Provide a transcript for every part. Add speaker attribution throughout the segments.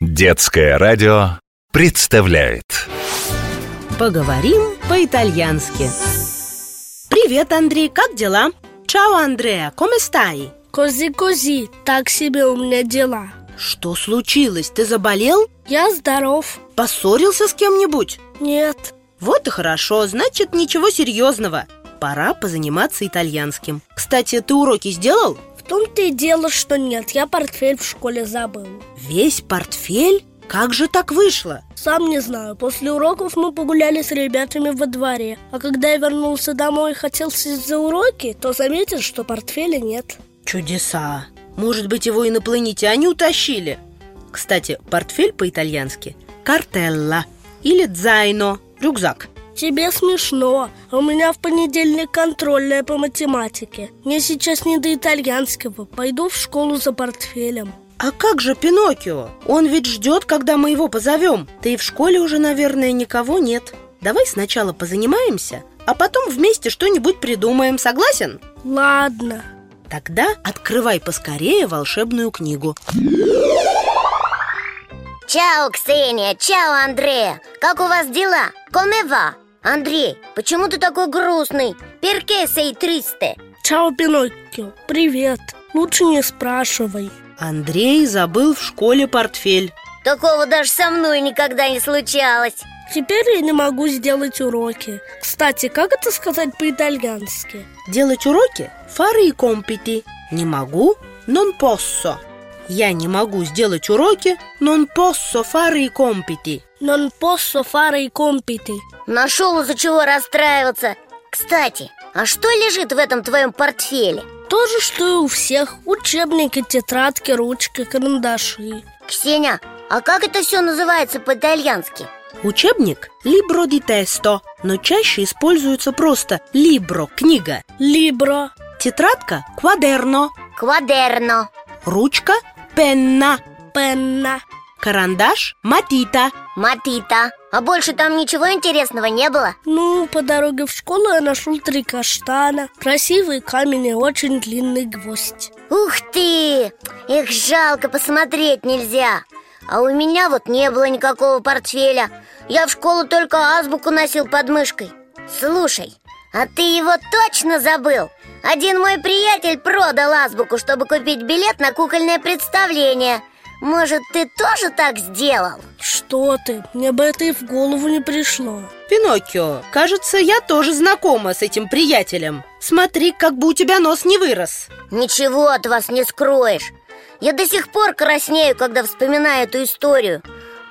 Speaker 1: Детское радио представляет
Speaker 2: Поговорим по-итальянски. Привет, Андрей, как дела? Чао, Андреа, come stai?
Speaker 3: Кози-кози, так себе у меня дела.
Speaker 2: Что случилось? Ты заболел?
Speaker 3: Я здоров.
Speaker 2: Поссорился с кем-нибудь?
Speaker 3: Нет,
Speaker 2: Вот и хорошо, значит, ничего серьезного. Пора позаниматься итальянским. Кстати, ты уроки сделал?
Speaker 3: в том-то и дело, что нет. Я портфель в школе забыл.
Speaker 2: Весь портфель? Как же так вышло?
Speaker 3: Сам не знаю, после уроков мы погуляли с ребятами во дворе. А когда я вернулся домой и хотел сесть за уроки, то заметил, что портфеля нет.
Speaker 2: Чудеса. Может быть, его инопланетяне утащили? Кстати, портфель по-итальянски «картелла» или «дзайно» – рюкзак.
Speaker 3: Тебе смешно. А У меня в понедельник контрольная по математике. Мне сейчас не до итальянского. Пойду в школу за портфелем.
Speaker 2: А как же Пиноккио? Он ведь ждет, когда мы его позовем. Да и в школе уже, наверное, никого нет. Давай сначала позанимаемся, а потом вместе что-нибудь придумаем, согласен?
Speaker 3: Ладно.
Speaker 2: Тогда открывай поскорее волшебную книгу.
Speaker 4: Чао, Ксения! Чао, Андрея! Как у вас дела? Комева? Андрей, почему ты такой грустный? Перке сей тристе?
Speaker 3: Чао, Пиноккио. Привет. Лучше не спрашивай.
Speaker 2: Андрей забыл в школе портфель.
Speaker 4: Такого даже со мной никогда не случалось
Speaker 3: Теперь я не могу сделать уроки. Кстати, как это сказать по-итальянски?
Speaker 2: Делать уроки? Фары и компити. Не могу, нон поссо. Я не могу сделать уроки, нон поссо фары и компити.
Speaker 3: Non posso fare i compiti.
Speaker 4: Нашел из-за чего расстраиваться Кстати, а что лежит в этом твоем портфеле?
Speaker 3: То же, что и у всех. Учебники, тетрадки, ручки, карандаши.
Speaker 4: Ксения, а как это все называется по-итальянски?
Speaker 2: Учебник «Libro di testo», но чаще используется просто «libro» – книга,
Speaker 3: Либро.
Speaker 2: тетрадка «quaderno»,
Speaker 4: Квадерно
Speaker 2: ручка «penna»,
Speaker 3: Пенна.
Speaker 2: карандаш «matita».
Speaker 4: Матита А больше там ничего интересного не было?
Speaker 3: Ну, по дороге в школу я нашел три каштана, красивый камень и очень длинный гвоздь.
Speaker 4: Ух ты! Их жалко, посмотреть нельзя А у меня вот не было никакого портфеля Я в школу только азбуку носил под мышкой Слушай, а ты его точно забыл? Один мой приятель продал азбуку, чтобы купить билет на кукольное представление Может, ты тоже так сделал?
Speaker 3: Что ты, мне бы это и в голову не пришло.
Speaker 2: Пиноккио, кажется, я тоже знакома с этим приятелем. Смотри, как бы у тебя нос не вырос.
Speaker 4: Ничего от вас не скроешь Я до сих пор краснею, когда вспоминаю эту историю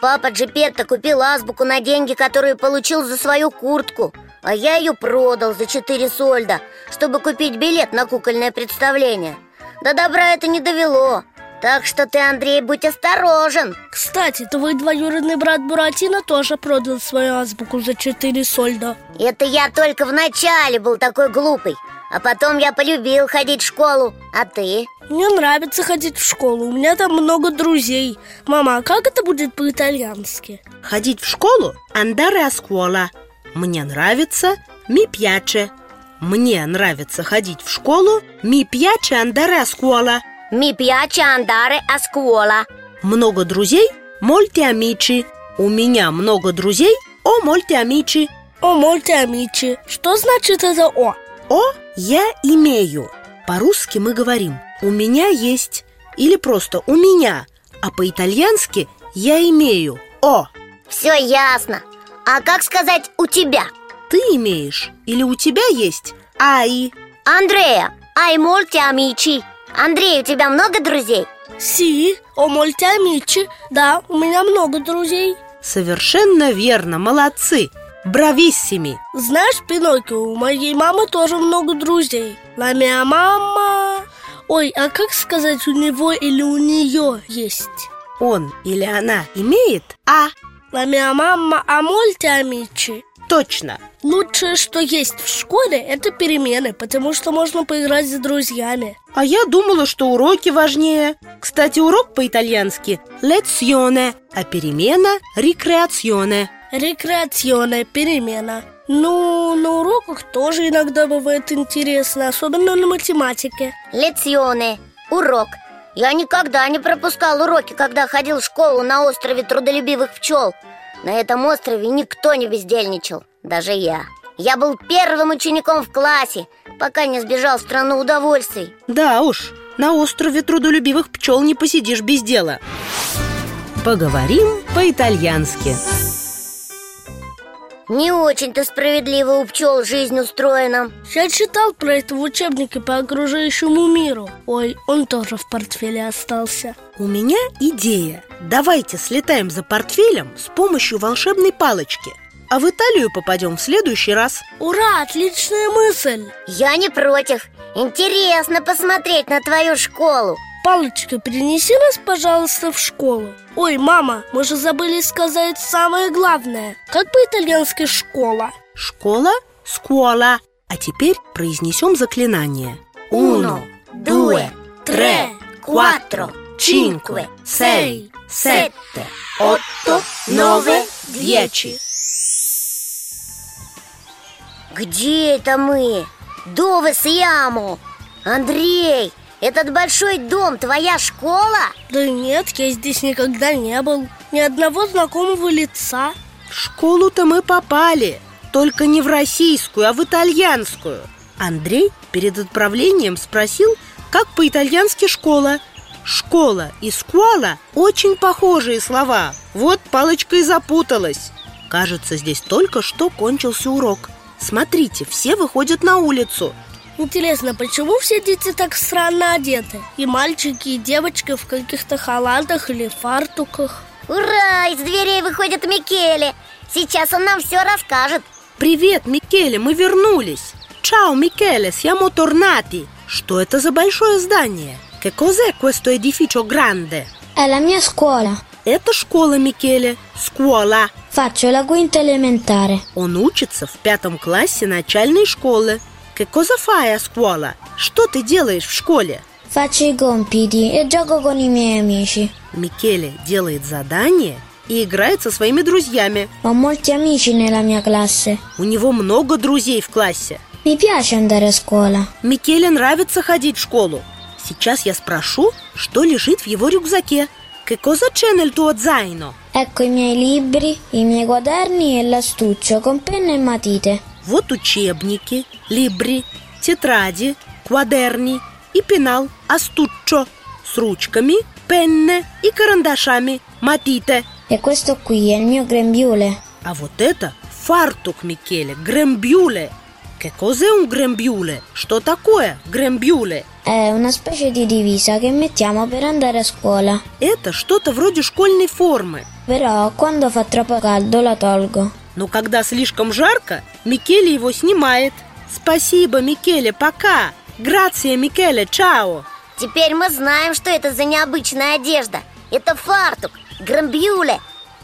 Speaker 4: Папа Джипетто купил азбуку на деньги, которые получил за свою куртку А я ее продал за 4 сольда, чтобы купить билет на кукольное представление До добра это не довело Так что ты, Андрей, будь осторожен
Speaker 3: Кстати, твой двоюродный брат Буратино тоже продал свою азбуку за 4 сольда.
Speaker 4: Это я только вначале был такой глупый А потом я полюбил ходить в школу А ты?
Speaker 3: Мне нравится ходить в школу, у меня там много друзей. Мама, а как это будет по-итальянски?
Speaker 2: Ходить в школу Андаре Аскуола. Мне нравится ми пьяче. Мне нравится ходить в школу ми пьяче Андаре Аскуола.
Speaker 4: Ми пьяче андаре а скуола
Speaker 2: Много друзей мольти амичи. У меня много друзей о мольти амичи.
Speaker 3: О, мольте амичи. Что значит это «о»?
Speaker 2: О я имею. По-русски мы говорим у меня есть или просто у меня, а по-итальянски я имею о.
Speaker 4: Все ясно. А как сказать у тебя?
Speaker 2: Ты имеешь или у тебя есть ай.
Speaker 4: Андрея, ай мольте амичи. Андрей, у тебя много друзей?
Speaker 3: Си, о, мольте амичи. Да, у меня много друзей.
Speaker 2: Совершенно верно, молодцы. Брависсими.
Speaker 3: Знаешь, Пиноккио, у моей мамы тоже много друзей. Ла миа мама. Ой, а как сказать у него или у нее есть?
Speaker 2: Он или она имеет? А,
Speaker 3: Ла миа мама, а мольте амичи.
Speaker 2: точно.
Speaker 3: Лучшее, что есть в школе, это перемены, потому что можно поиграть с друзьями.
Speaker 2: А я думала, что уроки важнее. Кстати, урок по-итальянски «lezione», а перемена «recreazione».
Speaker 3: Рекреационная перемена. Ну, на уроках тоже иногда бывает интересно, особенно на математике.
Speaker 4: Леционе, урок. Я никогда не пропускал уроки, когда ходил в школу на острове трудолюбивых пчел На этом острове никто не бездельничал, даже я Я был первым учеником в классе, пока не сбежал в страну удовольствий
Speaker 2: Да уж, на острове трудолюбивых пчел не посидишь без дела Поговорим по-итальянски
Speaker 4: Не очень-то справедливо у пчел жизнь устроена
Speaker 3: Я читал про это в учебнике по окружающему миру Ой, он тоже в портфеле остался
Speaker 2: У меня идея Давайте слетаем за портфелем с помощью волшебной палочки А в Италию попадем в следующий раз
Speaker 3: Ура, отличная мысль
Speaker 4: Я не против Интересно посмотреть на твою школу
Speaker 3: Палочка, перенеси нас, пожалуйста, в школу Ой, мама, мы же забыли сказать самое главное Как по-итальянски школа?
Speaker 2: Школа, скола А теперь произнесем заклинание
Speaker 4: Uno, due, tre, quattro, cinque, sei, sette, otto, nove, dieci. Где это мы? Довы с яму Андрей, этот большой дом твоя школа?
Speaker 3: Да нет, я здесь никогда не был Ни одного знакомого лица
Speaker 2: В школу-то мы попали Только не в российскую, а в итальянскую Андрей перед отправлением спросил, как по-итальянски школа Школа и скуала очень похожие слова Вот палочка и запуталась Кажется, здесь только что кончился урок Смотрите, все выходят на улицу
Speaker 3: Интересно, почему все дети так странно одеты? И мальчики, и девочки в каких-то халатах или фартуках
Speaker 4: Ура, из дверей выходит Микеле Сейчас он нам все расскажет
Speaker 2: Привет, Микеле, мы вернулись Чао, Микеле, siamo tornati Что это за большое здание? Che cos'è questo edificio grande?
Speaker 5: È la mia scuola.
Speaker 2: Это школа, Микеле Скуала
Speaker 5: Faccio la quinta elementare.
Speaker 2: Он учится в пятом классе начальной школы Che cosa fai a scuola? Что ты делаешь в школе?
Speaker 5: Faccio i compiti e gioco con i miei amici.
Speaker 2: Микеле делает задание и играет со своими друзьями
Speaker 5: Ho molti amici nella mia classe.
Speaker 2: У него много друзей в классе
Speaker 5: Mi piace andare a scuola.
Speaker 2: Микеле нравится ходить в школу. Сейчас я спрошу, что лежит в его рюкзаке. Che cosa c'è nel tuo zaino?
Speaker 5: Ecco i miei libri, i miei quaderni e l'astuccio con penna e matite.
Speaker 2: Вот учебники, либри, тетради, квадерни и пенал астуччо с ручками, пенне и карандашами матите.
Speaker 5: E questo qui è il mio grembiule.
Speaker 2: А вот это фартук Микеле, грембюле. Che cos'è un грембюле? Что такое грембюле?
Speaker 5: È una specie di divisa che mettiamo per andare a scuola.
Speaker 2: Это что-то вроде школьной формы.
Speaker 5: Però quando fa troppo caldo la tolgo.
Speaker 2: Но когда слишком жарко, Микеле его снимает. Спасибо, Микеле, пока. Грация, Микеле, чао.
Speaker 4: Теперь мы знаем, что это за необычная одежда Это фартук, грамбюле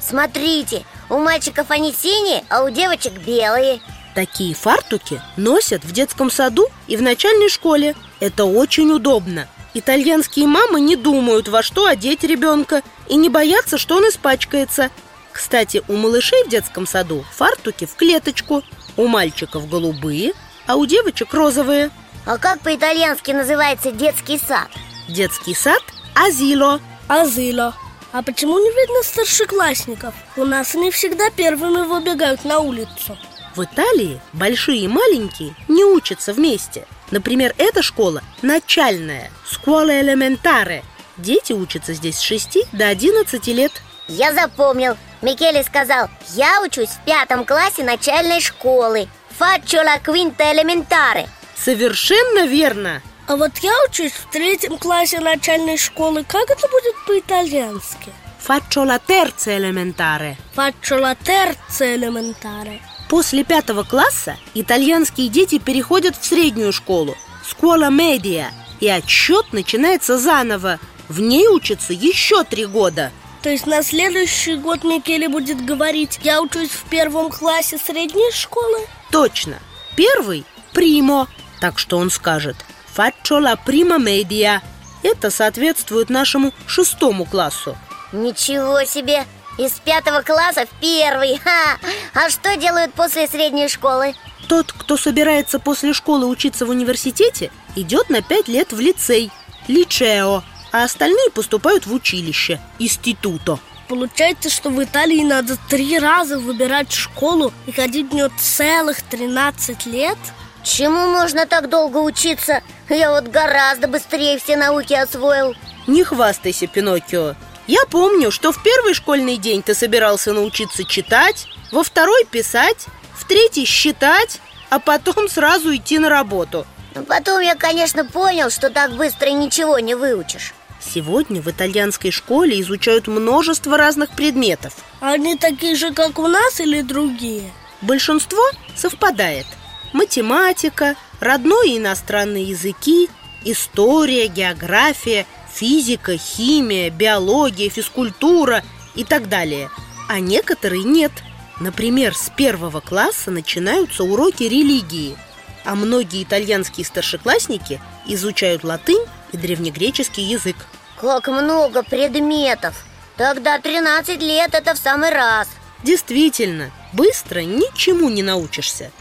Speaker 4: Смотрите, у мальчиков они синие, а у девочек белые
Speaker 2: Такие фартуки носят в детском саду и в начальной школе. Это очень удобно. Итальянские мамы не думают, во что одеть ребенка, и не боятся, что он испачкается. Кстати, у малышей в детском саду фартуки в клеточку, у мальчиков голубые, а у девочек розовые.
Speaker 4: А как по-итальянски называется детский сад?
Speaker 2: Детский сад – азило.
Speaker 3: Азыло А почему не видно старшеклассников? У нас они всегда первыми выбегают на улицу
Speaker 2: В Италии большие и маленькие не учатся вместе. Например, эта школа начальная, школа элементаре. Дети учатся здесь с 6 до 11 лет.
Speaker 4: Я запомнил Микеле сказал, я учусь в пятом классе начальной школы Faccio la quinta elementare
Speaker 2: Совершенно верно!
Speaker 3: А вот я учусь в третьем классе начальной школы Как это будет по-итальянски?
Speaker 2: Faccio la terza elementare.
Speaker 3: Faccio la terza elementare
Speaker 2: После пятого класса итальянские дети переходят в среднюю школу, школа медиа, и отсчет начинается заново. В ней учатся еще три года.
Speaker 3: То есть на следующий год Микеле будет говорить Я учусь в первом классе средней школы
Speaker 2: Точно. Первый – примо. Так что он скажет «Faccio la prima media». Это соответствует нашему шестому классу.
Speaker 4: Ничего себе! Из пятого класса в первый! Ха! А что делают после средней школы?
Speaker 2: Тот, кто собирается после школы учиться в университете, идет на пять лет в лицей – личео. а остальные поступают в училище, институто.
Speaker 3: Получается, что в Италии надо три раза выбирать школу и ходить в нее целых 13 лет?
Speaker 4: Чему можно так долго учиться? Я вот гораздо быстрее все науки освоил
Speaker 2: Не хвастайся, Пиноккио. Я помню, что в первый школьный день ты собирался научиться читать, во второй писать, в третий считать, а потом сразу идти на работу.
Speaker 4: Но потом я, конечно, понял, что так быстро ничего не выучишь
Speaker 2: Сегодня в итальянской школе изучают множество разных предметов.
Speaker 3: Они такие же, как у нас, или другие?
Speaker 2: Большинство совпадает. Математика, родной и иностранные языки, история, география, физика, химия, биология, физкультура и так далее. А некоторые нет. Например, с первого класса начинаются уроки религии, а многие итальянские старшеклассники изучают латынь и древнегреческий язык.
Speaker 4: Как много предметов Тогда 13 лет это в самый раз
Speaker 2: Действительно, быстро ничему не научишься.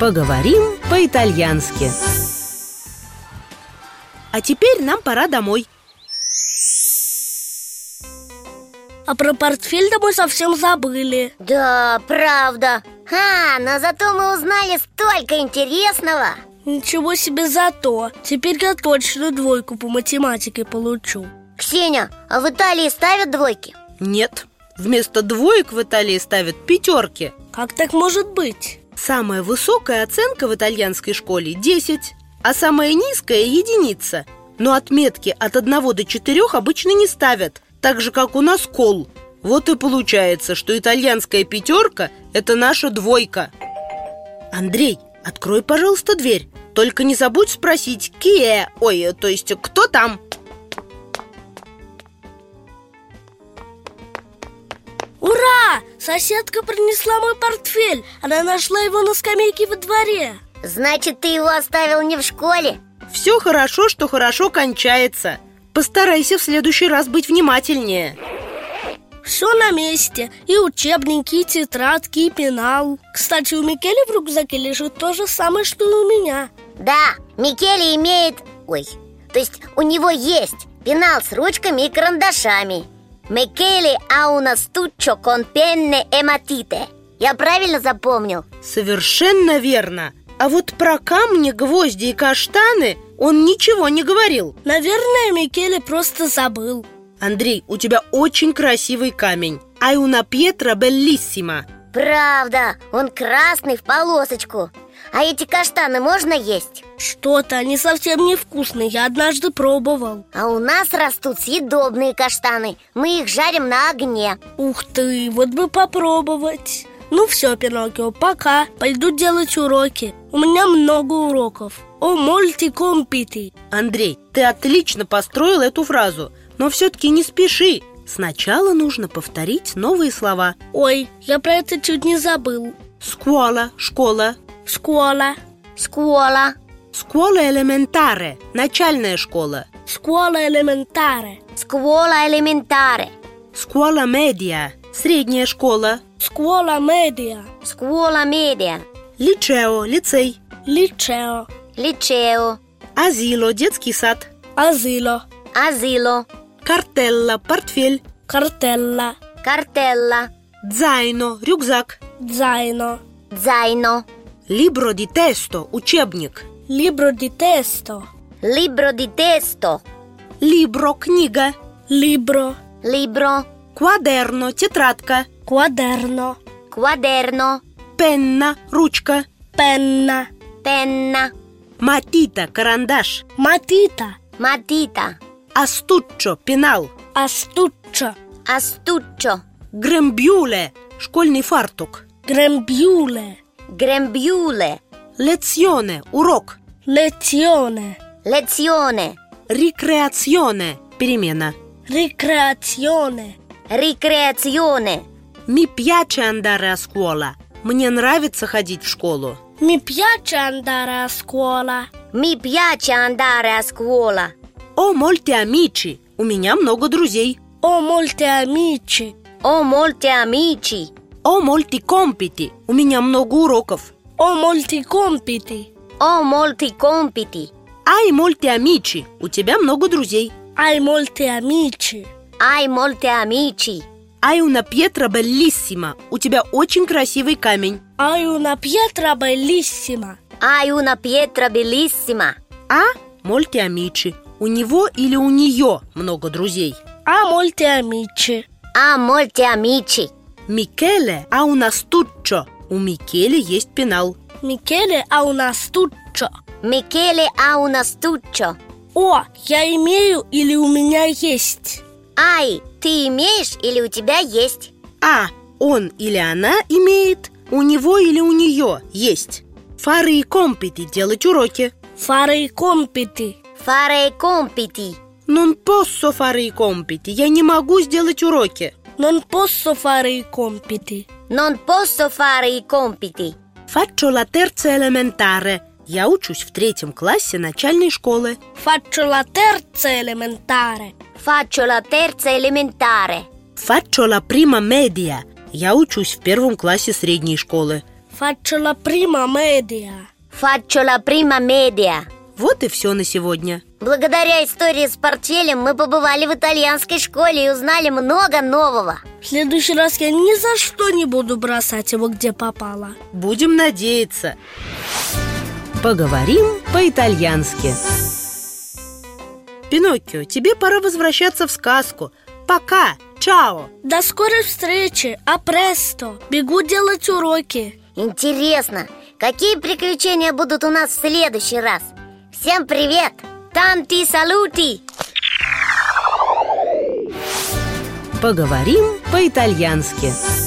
Speaker 2: Поговорим по-итальянски. А теперь нам пора домой.
Speaker 3: А про портфель домой совсем забыли.
Speaker 4: Да, правда А, но зато мы узнали столько интересного
Speaker 3: Ничего себе зато. Теперь я точно двойку по математике получу.
Speaker 4: Ксения, а в Италии ставят двойки?
Speaker 2: Нет, вместо двоек в Италии ставят пятерки.
Speaker 3: Как так может быть?
Speaker 2: Самая высокая оценка в итальянской школе – 10, а самая низкая – единица. Но отметки от 1 до 4 обычно не ставят, так же, как у нас кол. Вот и получается, что итальянская пятерка – это наша двойка. Андрей, открой, пожалуйста, дверь. Только не забудь спросить, кие, ой, то есть кто там?
Speaker 3: Ура! Соседка принесла мой портфель. Она нашла его на скамейке во дворе.
Speaker 4: Значит, ты его оставил не в школе?
Speaker 2: Все хорошо, что хорошо кончается. Постарайся в следующий раз быть внимательнее.
Speaker 3: Все на месте. И учебники, и тетрадки, и пенал. Кстати, у Микеле в рюкзаке лежит то же самое, что и у меня.
Speaker 4: Да, Микеле имеет... Ой, то есть у него есть пенал с ручками и карандашами Микеле а ауна стучо кон пенне э матите Я правильно запомнил?
Speaker 2: Совершенно верно. А вот про камни, гвозди и каштаны он ничего не говорил.
Speaker 3: Наверное, Микеле просто забыл.
Speaker 2: Андрей, у тебя очень красивый камень. Айуна Пьетра Беллиссима.
Speaker 4: Правда, он красный в полосочку А эти каштаны можно есть?
Speaker 3: Что-то они совсем невкусные. Я однажды пробовал.
Speaker 4: А у нас растут съедобные каштаны Мы их жарим на огне
Speaker 3: Ух ты, вот бы попробовать. Ну все, Пиноккио, пока. Пойду делать уроки. У меня много уроков. О, мультикомпити.
Speaker 2: Андрей, ты отлично построил эту фразу, но все-таки не спеши. Сначала нужно повторить новые слова.
Speaker 3: Ой, я про это чуть не забыл.
Speaker 2: Скуала, школа.
Speaker 3: Школа.
Speaker 4: Школа
Speaker 2: Скуала элементаре, начальная школа.
Speaker 3: Школа элементаре.
Speaker 4: Школа элементаре
Speaker 2: Скуала медиа, средняя школа.
Speaker 3: Школа медиа.
Speaker 4: Школа медиа
Speaker 2: Личео, лицей.
Speaker 3: Личео.
Speaker 4: Личео
Speaker 2: Азило, детский сад.
Speaker 3: Азило.
Speaker 4: Asilo
Speaker 2: Картелла, портфель.
Speaker 3: Картелла.
Speaker 4: Картелла
Speaker 2: Дзайно, рюкзак.
Speaker 3: Дзайно.
Speaker 4: Zaino
Speaker 2: Либро ди тесто, учебник.
Speaker 3: Либро ди тесто.
Speaker 4: Libro di testo
Speaker 2: Либро, книга.
Speaker 3: Либро.
Speaker 4: Libro
Speaker 2: Квадерно, тетрадка.
Speaker 3: Квадерно.
Speaker 4: Quaderno
Speaker 2: Пенна, ручка.
Speaker 3: Пенна.
Speaker 4: Penna
Speaker 2: Матита, карандаш.
Speaker 3: Матита.
Speaker 4: Matita
Speaker 2: Астуччо, пенал.
Speaker 3: Астуччо.
Speaker 4: Astuccio
Speaker 2: Грембюле, школьный фартук.
Speaker 3: Грембюле.
Speaker 4: Grembiule
Speaker 2: Леционе, урок.
Speaker 3: Летионе.
Speaker 4: Lezione
Speaker 2: Рекреационе, перемена.
Speaker 3: Рекреационе.
Speaker 4: Ricreazione
Speaker 2: Ми пьяче андаре а скуола. Мне нравится ходить в школу.
Speaker 3: Mi piace andare a scuola.
Speaker 4: Mi piace andare a scuola
Speaker 2: О, мольте амичи. У меня много друзей.
Speaker 3: Ho molti amici.
Speaker 4: Ho molti amici
Speaker 2: О, мольти компити. У меня много уроков.
Speaker 3: Ho molti compiti.
Speaker 4: Ho molti compiti
Speaker 2: Ай, мольти амичи. У тебя много друзей.
Speaker 3: Hai molti amici.
Speaker 4: Hai molti amici.
Speaker 2: Hai una pietra bellissima У тебя очень красивый камень
Speaker 3: Hai una pietra bellissima.
Speaker 4: Hai una pietra bellissima.
Speaker 2: А molti amici У него или у нее много друзей
Speaker 3: Ha molti amici.
Speaker 4: Ha molti amici.
Speaker 2: Микеле а у нас тутчо У Микеле есть пенал
Speaker 3: Michele ha un astuccio.
Speaker 4: Michele ha un astuccio.
Speaker 3: О, я имею или у меня есть.
Speaker 4: Ай, ты имеешь или у тебя есть?
Speaker 2: А он или она имеет У него или у нее есть Фары и компети делать уроки
Speaker 3: Fare i compiti.
Speaker 4: Fare i compiti.
Speaker 2: Non posso fare i compiti Я не могу сделать уроки
Speaker 3: Non posso fare i compiti.
Speaker 4: Non posso fare i compiti.
Speaker 2: Faccio la terza elementare Я учусь в третьем классе начальной школы
Speaker 3: Faccio la terza elementare.
Speaker 4: Faccio la terza elementare.
Speaker 2: Faccio la prima media. Я учусь в первом классе средней школы.
Speaker 3: Faccio la prima media.
Speaker 4: Faccio la prima media.
Speaker 2: Вот и все на сегодня.
Speaker 4: Благодаря истории с портфелем мы побывали в итальянской школе и узнали много нового.
Speaker 3: В следующий раз я ни за что не буду бросать его, где попало.
Speaker 2: Будем надеяться. Поговорим по-итальянски. Пиноккио, тебе пора возвращаться в сказку. Пока. Чао.
Speaker 3: До скорой встречи, а престо. Бегу делать уроки.
Speaker 4: Интересно, какие приключения будут у нас в следующий раз? Всем привет! Танти салюти!
Speaker 2: Поговорим по-итальянски.